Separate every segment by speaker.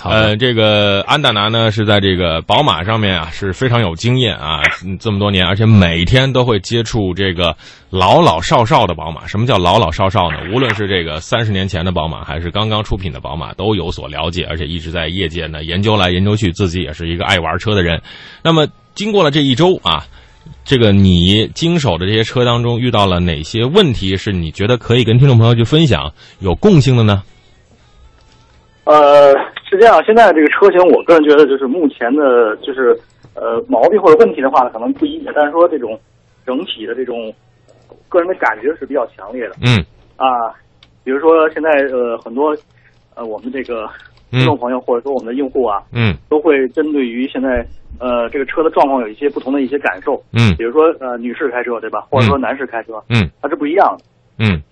Speaker 1: 好的
Speaker 2: 呃，这个安达拿呢是在这个宝马上面啊是非常有经验啊，嗯这么多年，而且每天都会接触这个老老少少的宝马。什么叫老老少少呢？无论是这个三十年前的宝马，还是刚刚出品的宝马，都有所了解，而且一直在业界呢研究来研究去，自己也是一个爱玩车的人。那么经过了这一周啊，这个你经手的这些车当中遇到了哪些问题，是你觉得可以跟听众朋友去分享有共性的呢？
Speaker 3: 呃，是这样，现在这个车型，我个人觉得就是目前的，就是呃毛病或者问题的话呢，可能不一但是说这种整体的这种个人的感觉是比较强烈的
Speaker 2: 嗯
Speaker 3: 啊。比如说现在呃很多呃我们这个听众朋友或者说我们的用户啊，
Speaker 2: 嗯
Speaker 3: 都会针对于现在呃这个车的状况有一些不同的一些感受，
Speaker 2: 嗯
Speaker 3: 比如说呃女士开车对吧，或者说男士开车，
Speaker 2: 嗯
Speaker 3: 它是不一样的。
Speaker 2: 嗯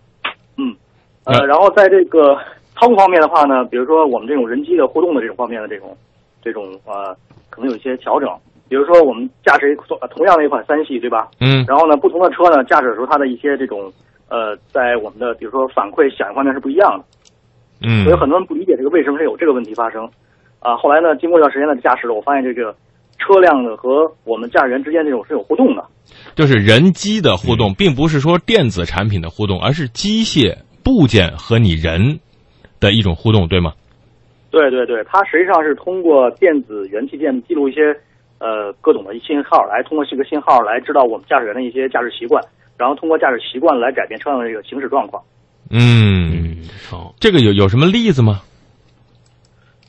Speaker 3: 呃，
Speaker 2: 嗯
Speaker 3: 然后在这个操控方面的话呢，比如说我们这种人机的互动的这种方面的这种这种呃，可能有一些调整。比如说我们驾驶一同同样的一款三系，对吧？
Speaker 2: 嗯
Speaker 3: 然后呢，不同的车呢，驾驶的时候它的一些这种呃，在我们的比如说反馈响应方面是不一样的。
Speaker 2: 嗯，
Speaker 3: 所以很多人不理解这个为什么是有这个问题发生。啊，后来呢，经过一段时间的驾驶，我发现这个车辆的和我们驾驶员之间这种是有互动的。
Speaker 2: 就是人机的互动，并不是说电子产品的互动，而是机械部件和你人的一种互动，对吗？
Speaker 3: 对对对，它实际上是通过电子元器件记录一些呃各种的信号，来通过这个信号来知道我们驾驶员的一些驾驶习惯，然后通过驾驶习惯来改变车辆的这个行驶状况。
Speaker 2: 嗯，
Speaker 1: 嗯，好，
Speaker 2: 这个有有什么例子吗？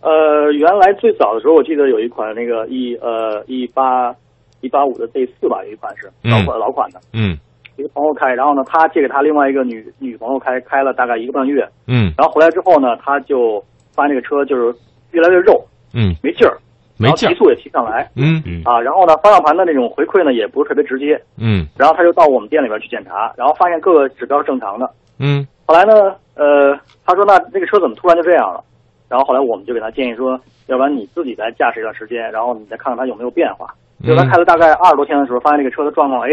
Speaker 3: 呃，原来最早的时候，我记得有一款那个一呃一八一八五的 Z 四吧，有一款是老款、老款的，
Speaker 2: 嗯
Speaker 3: 一个朋友开，然后呢，他借给他另外一个女女朋友开，开了大概一个半月，
Speaker 2: 嗯
Speaker 3: 然后回来之后呢，他就发现这个车就是越来越肉，
Speaker 2: 嗯，
Speaker 3: 没劲儿，
Speaker 2: 没劲儿
Speaker 3: 然后提，速也提不上来，
Speaker 2: 嗯
Speaker 1: 嗯
Speaker 3: 啊，然后呢，方向盘的那种回馈呢也不是特别直接，
Speaker 2: 嗯
Speaker 3: 然后他就到我们店里边去检查，然后发现各个指标是正常的。
Speaker 2: 嗯
Speaker 3: 后来呢，呃，他说那这个车怎么突然就这样了？然后后来我们就给他建议说，要不然你自己再驾驶一段时间，然后你再看看它有没有变化。
Speaker 2: 嗯
Speaker 3: 就他开了大概二十多天的时候，发现这个车的状况哎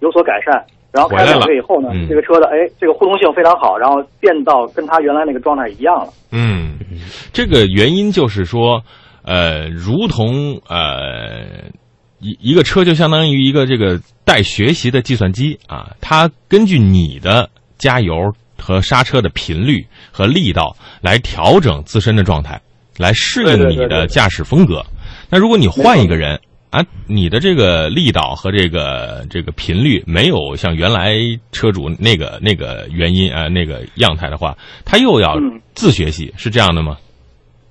Speaker 3: 有所改善，然后开
Speaker 2: 回来
Speaker 3: 两个
Speaker 2: 了
Speaker 3: 月以后呢，
Speaker 2: 嗯
Speaker 3: 这个车的哎这个互动性非常好，然后变到跟他原来那个状态一样了。
Speaker 2: 嗯，这个原因就是说，呃，如同呃一一个车就相当于一个这个带学习的计算机啊，它根据你的加油和刹车的频率和力道来调整自身的状态，来适
Speaker 3: 对
Speaker 2: 应
Speaker 3: 对
Speaker 2: 你
Speaker 3: 对
Speaker 2: 的
Speaker 3: 对
Speaker 2: 驾驶风格。那如果你换一个人啊，你的这个力道和这个这个频率没有像原来车主那个那个原因啊那个样态的话，他又要
Speaker 3: 嗯
Speaker 2: 自学习，是这样的吗？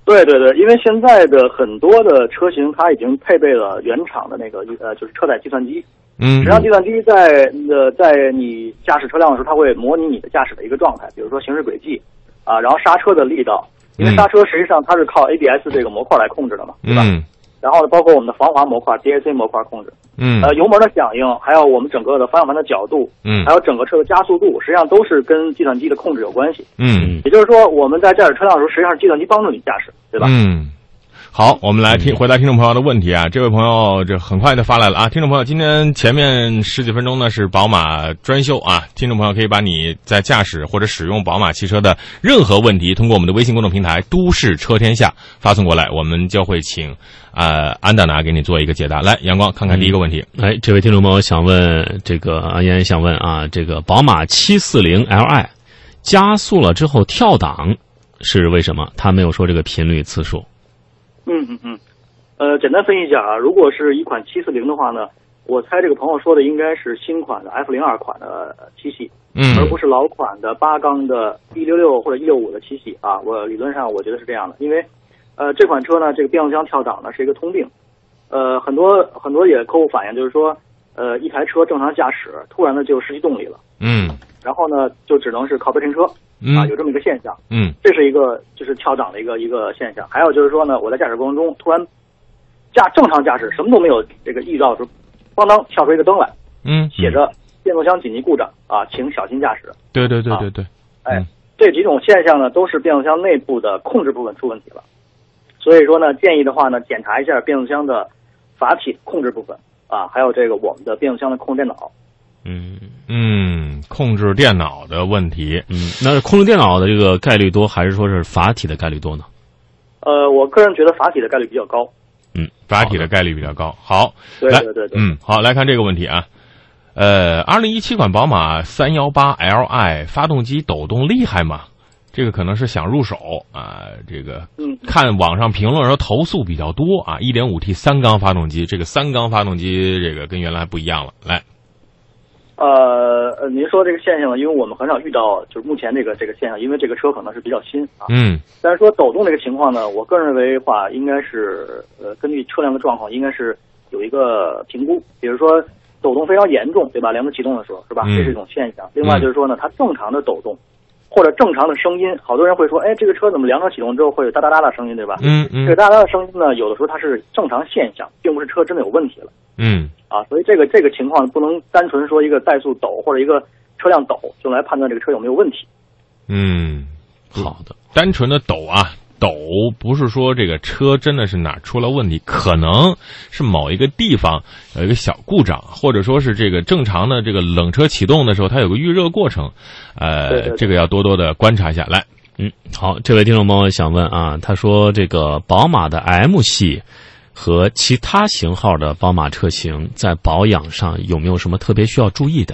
Speaker 3: 对对对，因为现在的很多的车型它已经配备了原厂的那个呃就是车载计算机，
Speaker 2: 嗯
Speaker 3: 实际上，计算机在呃，在你驾驶车辆的时候，它会模拟你的驾驶的一个状态，比如说行驶轨迹啊，然后刹车的力道，因为
Speaker 2: 嗯
Speaker 3: 刹车实际上它是靠 ABS 这个模块来控制的嘛，对吧？
Speaker 2: 嗯
Speaker 3: 然后呢，包括我们的防滑模块、DAC 模块控制，
Speaker 2: 嗯
Speaker 3: 呃，油门的响应，还有我们整个的方向盘的角度，
Speaker 2: 嗯
Speaker 3: 还有整个车的加速度，实际上都是跟计算机的控制有关系。
Speaker 2: 嗯，
Speaker 3: 也就是说，我们在驾驶车辆的时候，实际上是计算机帮助你驾驶，对吧？嗯
Speaker 2: 嗯。好，我们来听回答听众朋友的问题啊！这位朋友这很快就发来了啊！听众朋友，今天前面十几分钟呢是宝马专修啊，听众朋友可以把你在驾驶或者使用宝马汽车的任何问题，通过我们的微信公众平台“都市车天下”发送过来，我们就会请呃安达拿给你做一个解答。来，阳光看看第一个问题，
Speaker 1: 哎，这位听众朋友想问这个阿岩想问啊，这个宝马七四零 Li 加速了之后跳档是为什么？他没有说这个频率次数。
Speaker 3: 嗯嗯嗯，呃，简单分析一下啊，如果是一款七四零的话呢，我猜这个朋友说的应该是新款的 F 零二款的呃七系，
Speaker 2: 嗯
Speaker 3: 而不是老款的八缸的一六六或者一六五的七系啊。我理论上我觉得是这样的，因为呃这款车呢，这个变速箱跳档呢是一个通病，呃很多很多也客户反映就是说，呃一台车正常驾驶，突然的就失去动力了，
Speaker 2: 嗯
Speaker 3: 然后呢就只能是靠背停车啊，有
Speaker 2: 嗯
Speaker 3: 这么一个现象。
Speaker 2: 嗯
Speaker 3: 这是一个就是跳档的一个一个现象。还有就是说呢，我在驾驶过程中突然驾正常驾驶，什么都没有这个预兆的时候，咣当跳出一个灯来，
Speaker 2: 嗯，
Speaker 3: 写着变速箱紧急故障啊，请小心驾驶。
Speaker 2: 对对对对对，
Speaker 3: 哎
Speaker 2: 嗯，
Speaker 3: 这几种现象呢，都是变速箱内部的控制部分出问题了。所以说呢，建议的话呢，检查一下变速箱的阀体控制部分啊，还有这个我们的变速箱的控制电脑。
Speaker 1: 嗯
Speaker 2: 嗯，控制电脑的问题，
Speaker 1: 嗯，那控制电脑的这个概率多，还是说是阀体的概率多呢？
Speaker 3: 呃，我个人觉得法体的概率比较高。
Speaker 1: 嗯，
Speaker 2: 法体的概率比较高。好，
Speaker 3: 对
Speaker 2: 来
Speaker 3: 对对对，
Speaker 2: 嗯，好，来看这个问题啊。呃，二零一七款宝马三幺八 Li 发动机抖动厉害吗？这个可能是想入手啊、这个
Speaker 3: 嗯，
Speaker 2: 看网上评论说投诉比较多啊。一点五 T 三缸发动机，这个三缸发动机这个跟原来不一样了。来，
Speaker 3: 呃，呃您说这个现象呢，因为我们很少遇到，就是目前这个这个现象，因为这个车可能是比较新啊。
Speaker 2: 嗯
Speaker 3: 但是说抖动这个情况呢，我个人认为的话，应该是呃，根据车辆的状况，应该是有一个评估。比如说抖动非常严重，对吧？两个启动的时候，是吧？
Speaker 2: 嗯
Speaker 3: 这是一种现象。另外就是说呢，它正常的抖动或者正常的声音，好多人会说，哎，这个车怎么两场启动之后会有哒哒哒的声音，对吧？
Speaker 2: 嗯
Speaker 3: 这
Speaker 2: 嗯
Speaker 3: 个哒哒的声音呢，有的时候它是正常现象，并不是车真的有问题了。
Speaker 2: 嗯
Speaker 3: 啊，所以这个这个情况不能单纯说一个怠速抖或者一个车辆抖就来判断这个车有没有问题。
Speaker 2: 嗯，
Speaker 1: 好的，
Speaker 2: 单纯的抖啊，抖不是说这个车真的是哪儿出了问题，可能是某一个地方有一个小故障，或者说是这个正常的这个冷车启动的时候，它有个预热过程，呃，
Speaker 3: 对对对
Speaker 2: 这个要多多的观察一下。来，
Speaker 1: 嗯，好，这位听众朋友想问啊，他说这个宝马的 M 系和其他型号的宝马车型在保养上有没有什么特别需要注意的？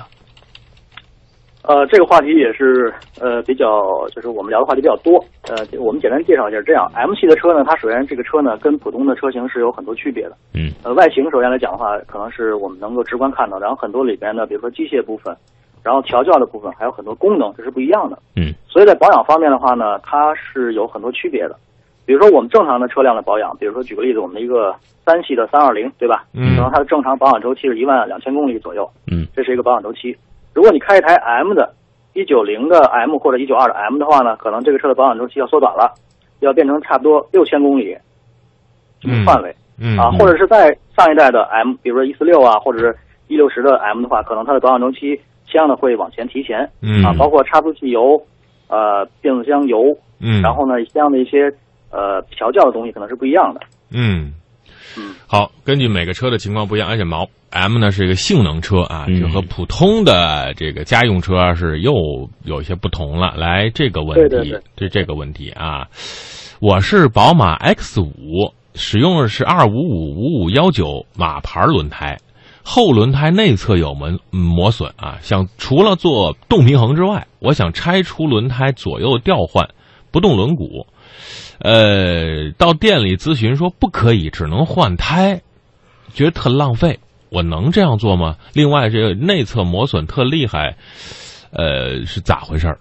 Speaker 3: 呃，这个话题也是呃比较，就是我们聊的话题比较多。呃，我们简单介绍一下，这样 M 系的车呢，它首先这个车呢跟普通的车型是有很多区别的。
Speaker 1: 嗯，
Speaker 3: 呃，外形首先来讲的话，可能是我们能够直观看到，然后很多里边呢，比如说机械部分，然后调教的部分，还有很多功能，这是不一样的。
Speaker 1: 嗯，
Speaker 3: 所以在保养方面的话呢，它是有很多区别的。比如说我们正常的车辆的保养，比如说举个例子，我们的一个三系的三二零，对吧？
Speaker 2: 嗯
Speaker 3: 然后它的正常保养周期是一万两千公里左右，
Speaker 1: 嗯，
Speaker 3: 这是一个保养周期。如果你开一台 M 的，一九零的 M 或者一九二的 M 的话呢，可能这个车的保养周期要缩短了，要变成差不多六千公里这个范围、
Speaker 2: 嗯
Speaker 3: 啊，或者是在上一代的 M，比如说一四六啊，或者是一六十的 M 的话，可能它的保养周期相应的会往前提前
Speaker 2: 嗯
Speaker 3: 啊，包括差速器油、呃变速箱油，
Speaker 2: 嗯，
Speaker 3: 然后呢相应的一些呃调教的东西可能是不一样的。
Speaker 2: 嗯
Speaker 3: 嗯，
Speaker 2: 好，根据每个车的情况不一样，而且毛 M 呢是一个性能车啊，
Speaker 1: 嗯
Speaker 2: 就和普通的这个家用车啊是又有一些不同了。来，这个问题，
Speaker 3: 对对对
Speaker 2: 这这个问题啊，我是宝马 X 五，使用的是二五五五五幺九马牌轮胎，后轮胎内侧有磨磨损啊，想除了做动平衡之外，我想拆除轮胎左右调换，不动轮毂。呃，到店里咨询说不可以，只能换胎，觉得特浪费。我能这样做吗？另外，这个内侧磨损特厉害，呃，是咋回事儿？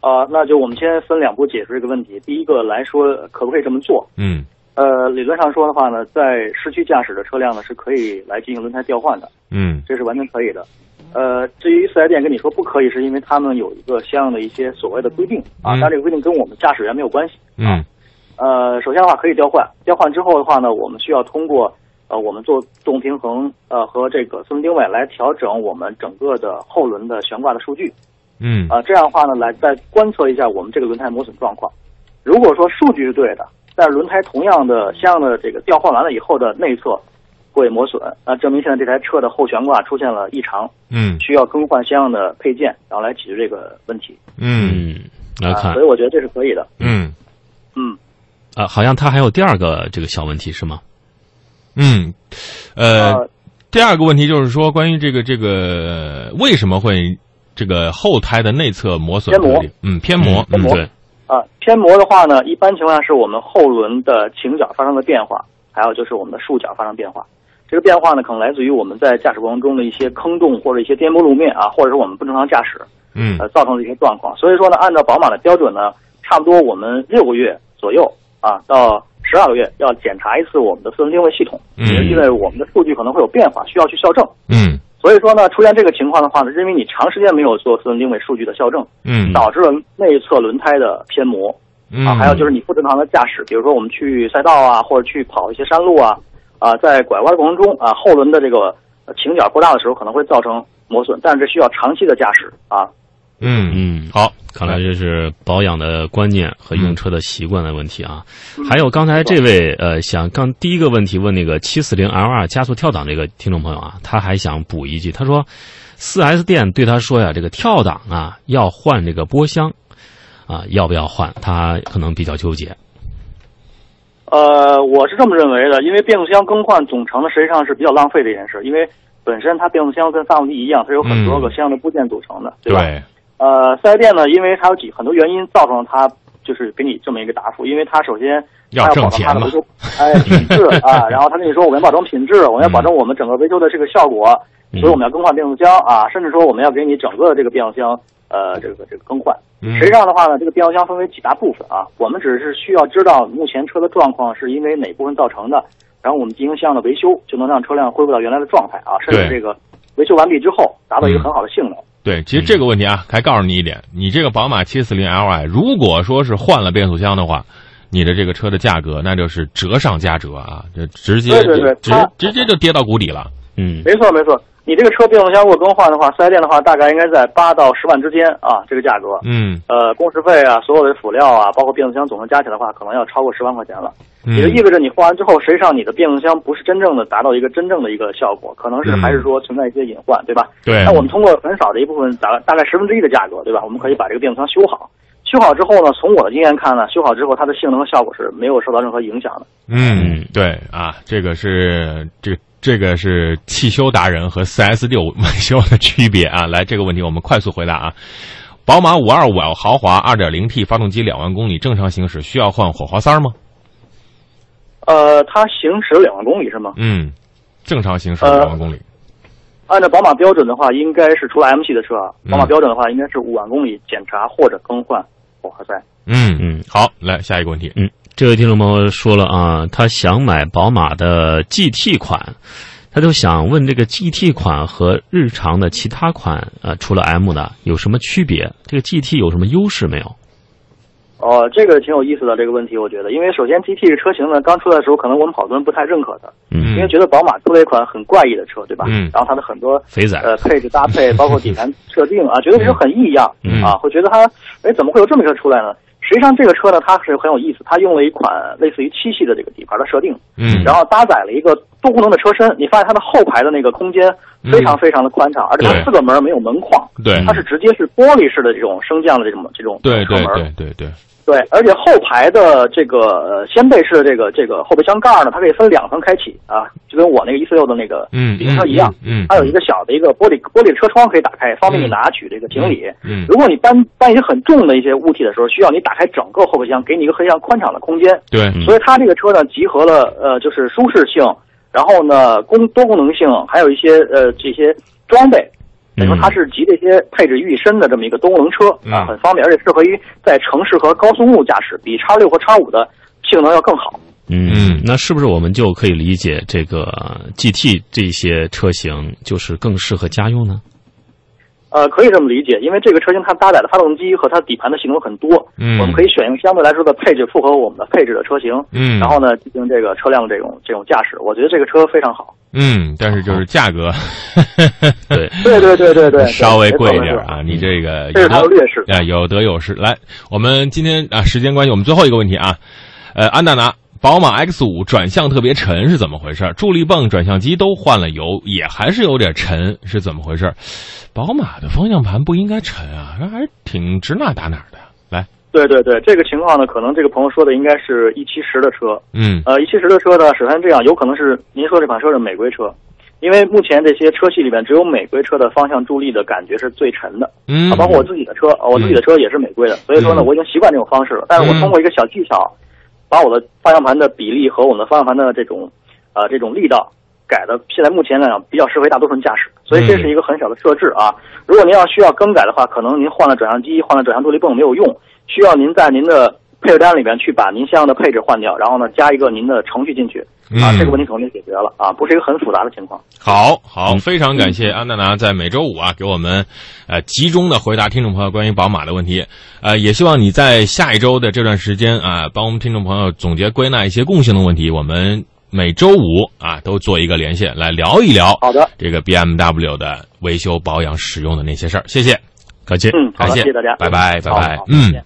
Speaker 3: 啊，那就我们先分两步解释这个问题。第一个来说，可不可以这么做？
Speaker 2: 嗯
Speaker 3: 呃，理论上说的话呢，在市区驾驶的车辆呢是可以来进行轮胎调换的，
Speaker 2: 嗯
Speaker 3: 这是完全可以的。呃，至于四 S 店跟你说不可以，是因为他们有一个相应的一些所谓的规定啊，
Speaker 2: 嗯
Speaker 3: 但这个规定跟我们驾驶员没有关系。
Speaker 2: 嗯
Speaker 3: 呃，首先的话可以调换，调换之后的话呢，我们需要通过呃我们做动平衡呃和这个四轮定位来调整我们整个的后轮的悬挂的数据
Speaker 2: 嗯
Speaker 3: 啊、呃这样的话呢，来再观测一下我们这个轮胎磨损状况。如果说数据是对的，但是轮胎同样的相应的这个调换完了以后的内侧会磨损，那证明现在这台车的后悬挂出现了异常，
Speaker 2: 嗯
Speaker 3: 需要更换相应的配件，然后来解决这个问题。
Speaker 2: 嗯
Speaker 1: 嗯，来
Speaker 3: 啊
Speaker 1: 看
Speaker 3: 所以我觉得这是可以的。
Speaker 2: 嗯
Speaker 3: 嗯，
Speaker 1: 啊，好像他还有第二个这个小问题是吗？
Speaker 2: 嗯，
Speaker 3: 呃
Speaker 2: 呃，第二个问题就是说，关于这个这个为什么会这个后胎的内侧磨损
Speaker 3: 偏磨
Speaker 2: 特厉？嗯，偏磨，
Speaker 1: 嗯
Speaker 2: 嗯
Speaker 1: 对，
Speaker 3: 啊，偏磨的话呢，一般情况下是我们后轮的倾角发生了变化，还有就是我们的束角发生变化。这个变化呢，可能来自于我们在驾驶过程中的一些坑洞或者一些颠簸路面啊，或者是我们不正常驾驶，
Speaker 2: 嗯
Speaker 3: 呃，造成的一些状况。所以说呢，按照宝马的标准呢，差不多我们六个月左右啊到十二个月要检查一次我们的四轮定位系统，
Speaker 2: 嗯
Speaker 3: 也是因为我们的数据可能会有变化，需要去校正。
Speaker 2: 嗯
Speaker 3: 所以说呢，出现这个情况的话呢，是因为你长时间没有做四轮定位数据的校正，
Speaker 2: 嗯，
Speaker 3: 导致了内侧轮胎的偏磨。啊，
Speaker 2: 嗯
Speaker 3: 还有就是你不正常的驾驶，比如说我们去赛道啊，或者去跑一些山路啊，啊，在拐弯的过程中啊，后轮的这个呃倾角扩大的时候，可能会造成磨损，但是这需要长期的驾驶啊。
Speaker 2: 嗯嗯
Speaker 1: 嗯，
Speaker 2: 好，
Speaker 1: 看来这是保养的观念和用车的习惯的问题啊。
Speaker 3: 嗯
Speaker 1: 还有刚才这位呃，想刚第一个问题问那个七四零 L 二加速跳档这个听众朋友啊，他还想补一句，他说四 S 店对他说呀，这个跳档啊要换这个波箱啊，要不要换？他可能比较纠结。
Speaker 3: 呃，我是这么认为的，因为变速箱更换总成呢，实际上是比较浪费的一件事，因为本身它变速箱跟发动机一样，它有很多个
Speaker 2: 嗯
Speaker 3: 相应的部件组成的，对吧？
Speaker 2: 对，
Speaker 3: 呃，四 S 店呢，因为它有几很多原因造成了它就是给你这么一个答复，因为它首先
Speaker 2: 要
Speaker 3: 它
Speaker 2: 挣
Speaker 3: 保证它
Speaker 2: 钱
Speaker 3: 的
Speaker 2: 嘛
Speaker 3: 维修，哎，品质啊，然后他跟你说我们要保证品质，我们要保
Speaker 2: 嗯
Speaker 3: 证我们整个维修的这个效果，所以我们要更换变速箱啊，甚至说我们要给你整个这个变速箱呃这个这个更换。
Speaker 2: 嗯
Speaker 3: 实际上的话呢，这个变速箱分为几大部分啊，我们只是需要知道目前车的状况是因为哪部分造成的，然后我们进行相应的维修，就能让车辆恢复到原来的状态啊，甚
Speaker 2: 对嗯
Speaker 3: 至这个维修完毕之后达到一个很好的性能。
Speaker 2: 对，其实这个问题啊，还告诉你一点，你这个宝马740 Li，如果说是换了变速箱的话，你的这个车的价格那就是折上加折啊，这直接
Speaker 3: 对对对
Speaker 2: 直
Speaker 3: 它
Speaker 2: 直接就跌到谷底了。
Speaker 1: 嗯
Speaker 3: 没错没错，你这个车变速箱如果更换的话，四 S 店的话大概应该在八到十万之间啊，这个价格。
Speaker 2: 嗯，
Speaker 3: 呃，工时费啊，所有的辅料啊，包括变速箱总成加起来的话，可能要超过十万块钱了。
Speaker 2: 嗯
Speaker 3: 也就意味着你换完之后，实际上你的变速箱不是真正的达到一个真正的一个效果，可能是
Speaker 2: 嗯哎
Speaker 3: 还是说存在一些隐患，对吧？
Speaker 2: 对
Speaker 3: 那我们通过很少的一部分，大大概十分之一的价格，对吧？我们可以把这个变速箱修好。修好之后呢，从我的经验看呢，修好之后它的性能和效果是没有受到任何影响的。
Speaker 2: 嗯，对啊，这个是这个这个是汽修达人和 4S 六 维修的区别啊。来，这个问题我们快速回答啊。宝马5 2 5 L 豪华 2.0T 发动机两万公里正常行驶需要换火花塞吗？
Speaker 3: 呃，它行驶两万公里是吗？
Speaker 2: 嗯，正常行驶
Speaker 3: 呃
Speaker 2: 两万公里。
Speaker 3: 按照宝马标准的话，应该是除了 M 系的车啊，
Speaker 2: 嗯
Speaker 3: 宝马标准的话应该是五万公里检查或者更换火花塞。
Speaker 2: 嗯
Speaker 1: 嗯，
Speaker 2: 好，来下一个问题。
Speaker 1: 嗯，这位听众朋友说了啊，他想买宝马的 GT 款，他就想问这个 GT 款和日常的其他款呃，除了 M 的有什么区别？这个 GT 有什么优势没有？
Speaker 3: 哦，这个挺有意思的这个问题，我觉得，因为首先 GT 这个车型呢，刚出来的时候，可能我们好多人不太认可它，
Speaker 1: 嗯
Speaker 3: 因为觉得宝马出了一款很怪异的车，对吧？
Speaker 2: 嗯
Speaker 3: 然后它的很多
Speaker 1: 肥仔，
Speaker 3: 呃配置搭配，包括底盘设定啊，觉得这车很异样、
Speaker 1: 嗯
Speaker 3: 啊，会觉得它哎怎么会有这么一个车出来呢？实际上这个车呢，它是很有意思，它用了一款类似于七系的这个底盘的设定，
Speaker 2: 嗯
Speaker 3: 然后搭载了一个多功能的车身，你发现它的后排的那个空间非常非常的宽敞，而
Speaker 2: 嗯
Speaker 3: 且
Speaker 2: 对
Speaker 3: 它四个门没有门框，
Speaker 2: 对
Speaker 3: 它是直接是玻璃式的这种升降的这种这种
Speaker 2: 对
Speaker 3: 车
Speaker 2: 对
Speaker 3: 门。
Speaker 2: 对对对，
Speaker 3: 对，而且后排的这个呃掀背式的这个这个后备箱盖儿呢，它可以分两层开启啊，就跟我那个一四六的那个
Speaker 2: 嗯，
Speaker 3: 自行车一样，
Speaker 2: 嗯，嗯，
Speaker 3: 它有一个小的一个玻璃玻璃车窗可以打开，方便你拿取这个行李。
Speaker 2: 嗯，
Speaker 3: 如果你搬搬一些很重的一些物体的时候，需要你打开整个后备箱，给你一个非常宽敞的空间。
Speaker 2: 对，
Speaker 1: 嗯
Speaker 3: 所以它这个车呢，集合了呃，就是舒适性，然后呢，功多功能性，还有一些呃这些装备。等于说
Speaker 1: 嗯
Speaker 3: 它是集这些配置于一身的这么一个多功能车啊，
Speaker 2: 嗯
Speaker 3: 很方便，而且适合于在城市和高速公路驾驶，比叉六和叉五的性能要更好。
Speaker 1: 嗯
Speaker 2: 嗯，
Speaker 1: 那是不是我们就可以理解这个 GT 这些车型就是更适合家用呢？
Speaker 3: 呃，可以这么理解，因为这个车型它搭载的发动机和它底盘的性能很多，
Speaker 2: 嗯
Speaker 3: 我们可以选用相对来说的配置符合我们的配置的车型，
Speaker 2: 嗯，
Speaker 3: 然后呢进行这个车辆的这种这种驾驶，我觉得这个车非常好。
Speaker 2: 嗯，但是就是价 格，
Speaker 1: 对，
Speaker 3: 对对对对对，
Speaker 2: 稍微贵一点
Speaker 3: 没错没错嗯
Speaker 2: 啊，你这个
Speaker 3: 这是它的
Speaker 2: 有
Speaker 3: 劣势
Speaker 2: 得啊有得有失。来，我们今天啊时间关系，我们最后一个问题啊，呃，安大拿。宝马 X 五转向特别沉是怎么回事？助力泵、转向机都换了油，也还是有点沉，是怎么回事？宝马的方向盘不应该沉啊，那还是挺指哪打哪的呀。来，
Speaker 3: 对对对，这个情况呢，可能这个朋友说的应该是一七十的车，
Speaker 2: 嗯
Speaker 3: 呃，一七十的车呢，首先这样，有可能是您说这款车是美规车，因为目前这些车系里面，只有美规车的方向助力的感觉是最沉的，
Speaker 2: 嗯
Speaker 3: 啊，，包括我自己的车，啊我自己的车也是美规的，所以说呢，
Speaker 2: 嗯
Speaker 3: 我已经习惯这种方式了。但是我通过一个小技巧，把我的方向盘的比例和我们的方向盘的这种，呃，这种力道改的，现在目前呢比较适合大多数人驾驶，所以这
Speaker 2: 嗯
Speaker 3: 是一个很小的设置啊。如果您要需要更改的话，可能您换了转向机，换了转向助力泵没有用，需要您在您的配置单里边去把您相应的配置换掉，然后呢加一个您的程序进去啊，
Speaker 2: 嗯
Speaker 3: 这个问题可能就解决了啊，不是一个很复杂的情况。
Speaker 2: 好好，非常感谢安娜娜在每周五啊给我们，呃集中的回答听众朋友关于宝马的问题，呃也希望你在下一周的这段时间啊，帮我们听众朋友总结归纳一些共性的问题，我们每周五啊都做一个连线来聊一聊
Speaker 3: 好的，
Speaker 2: 这个 BMW 的维修保养使用的那些事儿，谢谢，
Speaker 1: 感谢。
Speaker 3: 嗯，好
Speaker 2: 感
Speaker 3: 的，
Speaker 2: 谢
Speaker 3: 谢大家，
Speaker 2: 拜拜拜
Speaker 3: 好
Speaker 2: 拜
Speaker 3: 好再
Speaker 2: 嗯
Speaker 3: 见。